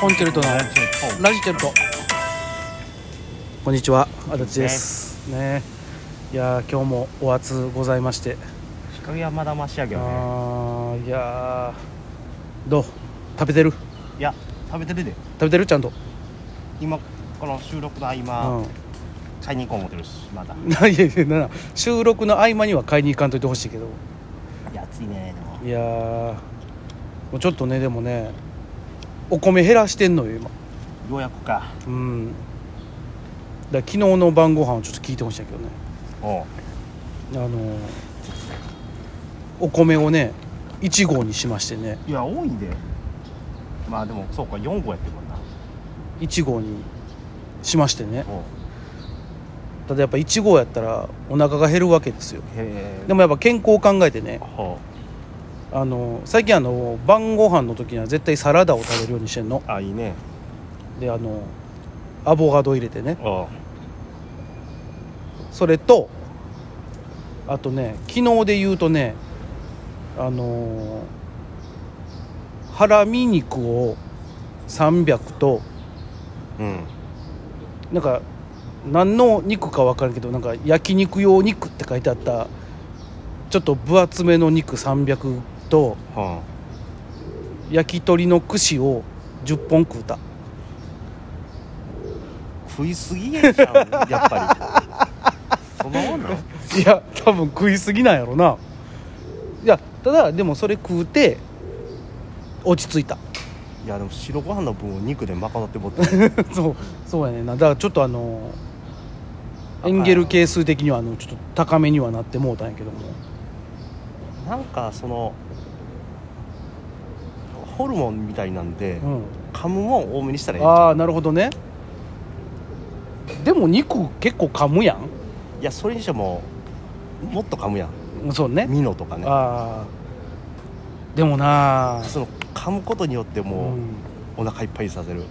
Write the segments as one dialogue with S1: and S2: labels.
S1: コンチェルトのラジチェルトこんにちは足立ですねいやー今日もお暑ございまして
S2: 日陰はまだましやけどね
S1: あーいやーどう食べてる
S2: いや食べてるで
S1: 食べてるちゃんと
S2: 今この収録の合間、買いに行こう思ってるしまだ
S1: うん いやいやいやな収録の合間には買いに行かんといてほしいけど
S2: いや暑いねでも
S1: いやーもうちょっとねでもねお米減らしてんのよ今
S2: ようやくか
S1: うんだから昨日の晩ご飯をちょっと聞いてほしいんだけどね
S2: おう
S1: あのお米をね1合にしましてね
S2: いや多いんだよまあでもそうか4号やってるもんな
S1: 1合にしましてね
S2: おう
S1: ただやっぱ1合やったらお腹が減るわけですよ
S2: へえ
S1: でもやっぱ健康を考えてね
S2: ほ
S1: あの最近あの晩ご飯の時には絶対サラダを食べるようにしてんの
S2: うあいいね
S1: であのアボカド入れてね
S2: おう
S1: それとあとね昨日で言うとねあのーハラミ肉を300と
S2: うん
S1: なんか何の肉か分からんけどなんか焼肉用肉って書いてあったちょっと分厚めの肉300と
S2: ほ
S1: 焼き鳥の串を10本食うた
S2: う食いすぎやんちゃう やっぱりそんなもんない
S1: や多分食いすぎなんやろないやただでもそれ食うて落ち着いた
S2: いやでも白ご飯の分を肉で賄ってもって
S1: そうそうやねんなだからちょっとあのエンゲル係数的にはあのちょっと高めにはなってもうたんやけども
S2: なんかそのホルモンみたいなんで、
S1: うん
S2: 噛むもん多めにしたらいいんちゃう
S1: ああなるほどねでも肉結構噛むやん
S2: いやそれにしてももっと噛むやん
S1: そうね
S2: ミノとかね
S1: ああでもな
S2: その噛むことによっても
S1: うん
S2: うお腹いっぱいにさせる、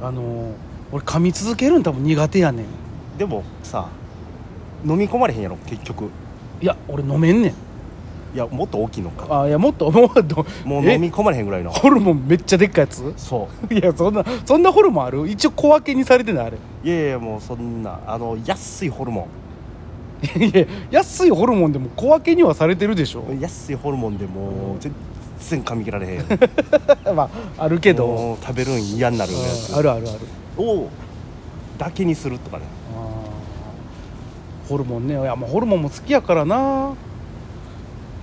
S1: あのー俺噛み続けるん多分苦手やねん
S2: でもさ飲み込まれへんやろ結局
S1: いや俺飲めんねん
S2: いやもっと大きいのか
S1: あーいやもっともっと
S2: もう
S1: え
S2: 飲み込まれへんぐらいの
S1: ホルモンめっちゃでっかいやつ
S2: そ
S1: いやそんなそんなホルモンある一応小分けにされてないあれ
S2: ういやいやもうそんなあの安いホルモ
S1: いや安いホルモンでも小分けにはされてるでしょ
S2: ン安いホルモンでもう全然噛み切られへん
S1: まああるけど
S2: もう食べるん嫌になるようなや
S1: うん
S2: つ
S1: あるあるある
S2: をだけにするとかね
S1: あーホルモンねいやもうホルモンも好きやからな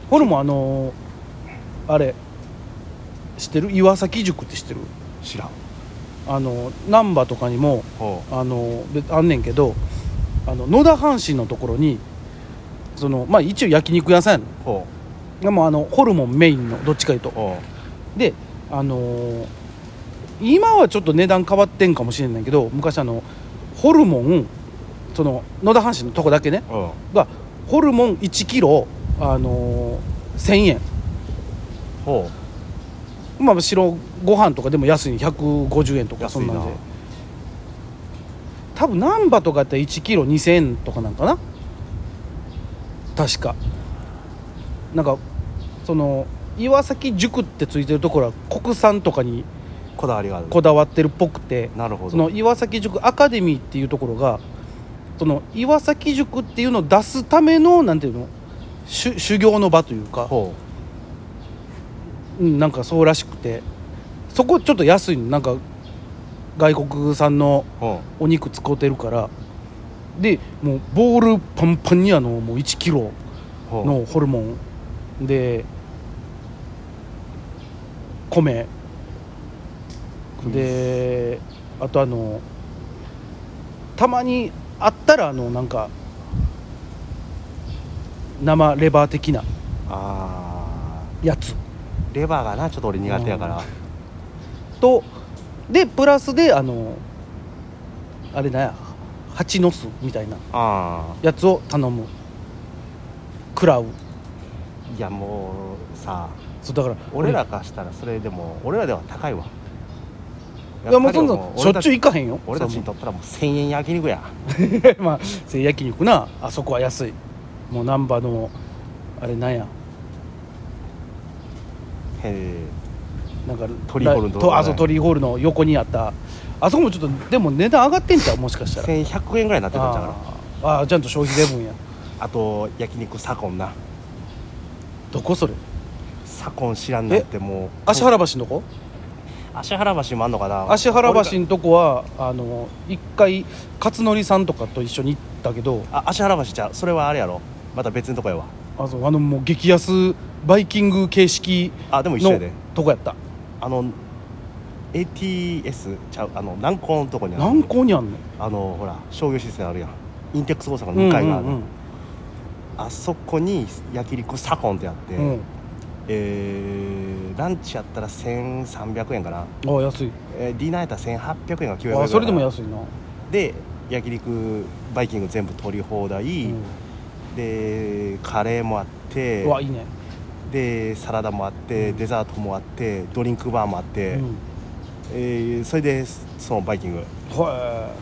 S1: ホルモンあのーあれ知ってる岩崎塾って知ってる
S2: 知らん
S1: あの難波とかにも
S2: ほ
S1: あのべあんねんけどあの野田阪神のところにそのまあ一応焼肉屋さんやねん
S2: うほ
S1: でもあのホルモンメインのどっちかいう
S2: う
S1: と
S2: ほ
S1: であのー今はちょっと値段変わってんかもしれないけど昔あのホルモンその野田阪神のとこだけね
S2: ううん
S1: がホルモン1キロ、あのー1000円、
S2: ほ
S1: まあ、白ご飯とかでも安い150円とか
S2: 安
S1: そ
S2: い
S1: ん
S2: な
S1: なんで多分難波とかやって1キロ2000円とかなんかな確かなんかその岩崎塾ってついてるところは国産とかに
S2: うこだわりがある
S1: こだわってるっぽくて
S2: なるほど
S1: その岩崎塾アカデミーっていうところがその岩崎塾っていうのを出すためのなんていうの修修行の場というか、
S2: ほ
S1: うん、なんかそうらしくてそこちょっと安いのなんか外国産の
S2: うほ
S1: お肉使ってるからでもうボールパンパンにあのもう1キロ
S2: うほう
S1: のホルモンで米であとあのたまにあったらあのなんか生レバー的な
S2: あ
S1: やつ
S2: ーレバーがなちょっと俺苦手やから
S1: とでプラスであのあれなんや蜂の巣みたいな
S2: あ
S1: やつを頼む食らう
S2: ーいやもうさ
S1: そうだから
S2: 俺らからしたらそれでも俺らでは高いわ
S1: いやもうそんな
S2: やっぱりも
S1: しょっちゅう
S2: 俺たち
S1: 行かへんよ
S2: 俺たちにとったらもう1000円焼肉や
S1: まあ、せい焼肉なあそこは安いもう難波のあれなんや
S2: へえ
S1: なんか
S2: 鳥居ホールのとこね
S1: とあそう鳥居ホールの横にあったあそこもちょっとでも値段上がってんちゃうもしかしたら
S2: 1100円ぐらいになってたんちゃうか
S1: あーあーちゃんと消費出分や
S2: なあと焼肉左近な
S1: どこそれ
S2: 左近知らんなってもう
S1: 芦原橋の子
S2: 足原橋もあんのかな
S1: 芦原橋のとこはあの一回勝則さんとかと一緒に行ったけど
S2: あ足原橋じゃうそれはあれやろまた別のとこやわ
S1: あそうあのもう激安バイキング形式
S2: あでも一緒や
S1: の
S2: で
S1: とこやった
S2: あの ATS ちゃうあの南港のとこにある
S1: 何校にあんの
S2: あのほら商業施設あるやんインテックス大阪の向かいがある、
S1: うん
S2: あそこに焼肉左近ってあって、
S1: うんうん
S2: えーランチやったら1300円かな、
S1: うんあ安い
S2: えーディナーやったら1800円が900円ぐらいかな
S1: あそれでも安いな、
S2: で焼肉バイキング全部取り放題、でカレーもあっ
S1: う
S2: て
S1: んうわいいね、
S2: でサラダもあって、
S1: うん
S2: デザートもあってドリンクバーもあって、
S1: うん
S2: えーそれでそのバイキング
S1: は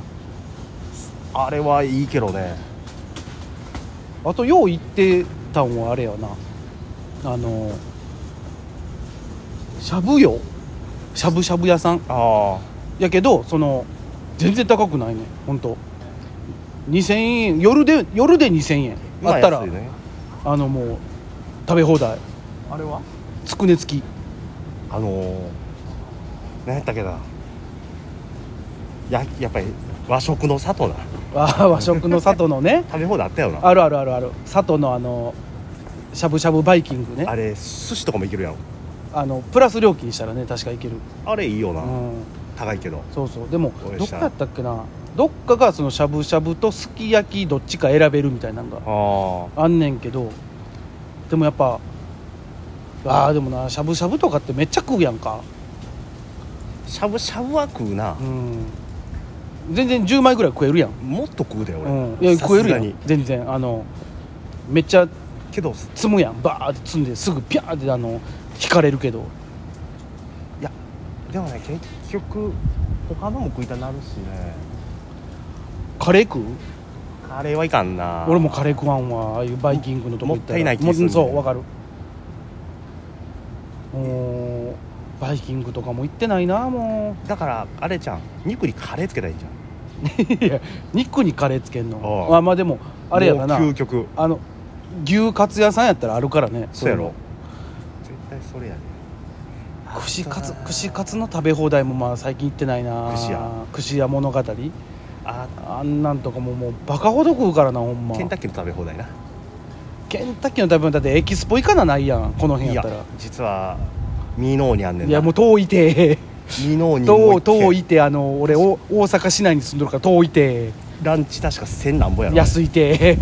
S2: あれはいいけどね
S1: いあとよう行ってたんはあれやなあのしゃぶよしゃぶしゃぶ屋さん
S2: あ
S1: やけどその全然高くないね本当2000円夜で夜で2000円
S2: あ
S1: あったら、
S2: 安いね
S1: あのもう食べ放題
S2: あれは
S1: つくね付き
S2: あのー、何やったっけなややっぱり和食の里な
S1: あー和食の里のね
S2: 食べ放題あったよなあ
S1: あるあるあるある里のあのしゃぶしゃぶバイキングねあ
S2: れ寿司とかもいけるやん
S1: のプラス料金したらね確かいける、
S2: あれいいよ
S1: う
S2: な、
S1: ん、
S2: 高いけど
S1: そうそうでも
S2: 美
S1: ど
S2: 味
S1: っ
S2: し
S1: か
S2: か
S1: やったっけなどっかがそのしゃぶしゃぶとすき焼きどっちか選べるみたいなのが
S2: あ
S1: あんねんけどでもやっぱああでもなしゃぶしゃぶとかってめっちゃ食うやんか
S2: あしゃぶしゃぶは食うな
S1: う、ん全然10枚ぐらい食えるやん、
S2: もっと食うで俺、
S1: うん、いや
S2: さ
S1: 食え
S2: す
S1: る
S2: が
S1: や
S2: に
S1: ん全然あのめっちゃ
S2: けど
S1: 積むやんバーって積んですぐピャーってあの引かれるけど
S2: いやでもね結局他のも食いたなるしね
S1: カレー食う
S2: カレーはいかんな
S1: 俺もカレー食わんわああいうバイキングのとこ行ったら
S2: もったいない気するね
S1: もそうわかるもうバイキングとかも行ってないなも
S2: だからあれじゃん肉にカレーつけたらいい
S1: う
S2: じゃん
S1: いや肉にカレーつけんの
S2: ああ
S1: あまあでもあれやからな
S2: もう究極
S1: あの牛カツ屋さんやったらあるからね
S2: そうやろ
S1: れ
S2: 絶対それやね
S1: も串カツ串カツの食べ放題もまあ最近行ってないな
S2: 串屋
S1: 串屋物語
S2: あ
S1: あんなんとかももうバカほど食うからなほんま
S2: ケンタッキーの食べ放題な
S1: ケンタッキーの食べ物だってエキスポ行かなないやんこの辺
S2: い
S1: やっ
S2: や
S1: たらい
S2: 実はミノーにあんね
S1: や
S2: んな
S1: もう遠いて
S2: ミノーにも
S1: 遠
S2: う一軒
S1: 遠いてあの俺お大阪市内に住んどるから遠いて
S2: ランチ確か1000何本やろ
S1: 安いて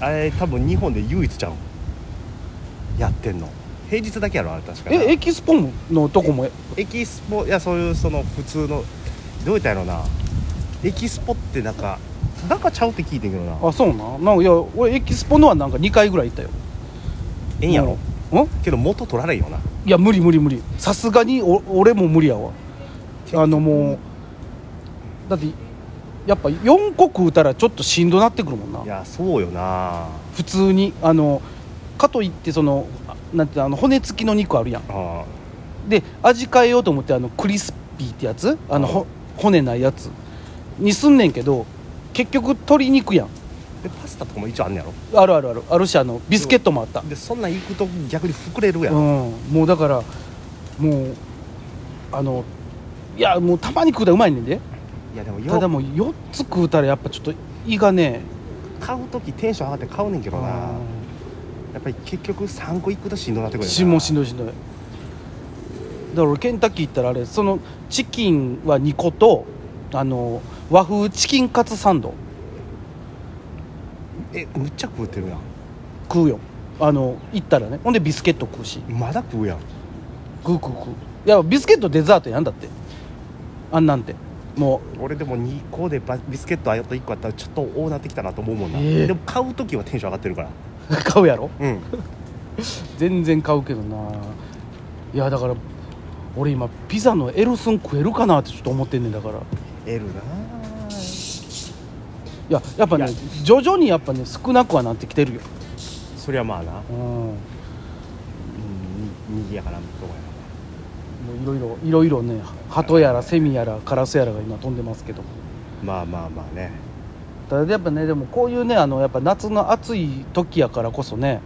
S2: あれ多分日本で唯一ちゃうんやってんの平日だけやろあれ確か
S1: えエキスポのとこも
S2: エキスポいやそういうその普通のどうやったんやろなエキスポってなんかなんかちゃうって聞いてんけどな
S1: あそうななんかいや俺エキスポのはなんか2回ぐらい行ったよ
S2: ええんやろ、
S1: うんん
S2: けど元取られんよない
S1: や無理無理無理さすがにお俺も無理やわあのもうだってやっぱ4個食うたらちょっとしんどなってくるもんない
S2: やそうよな
S1: 普通にあのかといってそのあなんていうのあの骨付きの肉あるやん
S2: あ
S1: で味変えようと思ってあのクリスピーってやつあの、
S2: うん
S1: ほ骨ないやつにすんねんけど結局鶏肉やん
S2: でパスタとかも一応あんねやろ
S1: あるあるあるあるしあのビスケットもあった
S2: でそんなん行くと逆に膨れるや、
S1: うんもうだからもうあのいやもうたまに食うたらうまいねんで
S2: いやでも
S1: ただ
S2: よ
S1: もう4つ食うたらやっぱちょっと胃がね
S2: 買う時テンション上がって買うねんけどなやっぱり結局3個行くとしんどなってくるよな
S1: しもうしん
S2: ど
S1: どいしんどいだから俺ケンタッキー行ったらあれそのチキンは2個とあの和風チキンカツサンド
S2: えむっちゃ食うてるやん
S1: 食うよあの行ったらねほんでビスケット食うし
S2: まだ食うやん
S1: 食う食う食ういやビスケットデザートやんだってあんなんても
S2: 俺でも2個でバビスケットあと1個あったらちょっと多なってきたなと思うもんな、
S1: ええ
S2: でも買う時はテンション上がってるから
S1: う 買うやろ
S2: うん
S1: 全然買うけどないやだから俺今ピザのエルスン食えるかなってちょっと思ってんねんだからい
S2: えるな
S1: ややっぱね
S2: いや
S1: 徐々にやっぱね少なくはなってきてるよ
S2: そりゃまあな
S1: うん
S2: うんににぎやかなとこや
S1: もういろいろいろいろね鳩やらセミやらカラスやらが今飛んでますけど
S2: まあまあまあね
S1: ただやっぱねでもこういうねあのやっぱ夏の暑い時やからこそね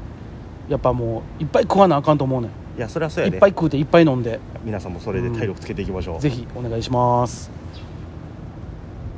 S1: やっぱもういっぱい食わなあかんと思うねん
S2: いやそれはそうや
S1: い
S2: で
S1: っぱい食うていっぱい飲んで
S2: 皆さんもそれで体力つけていきましょう、
S1: ぜひお願いします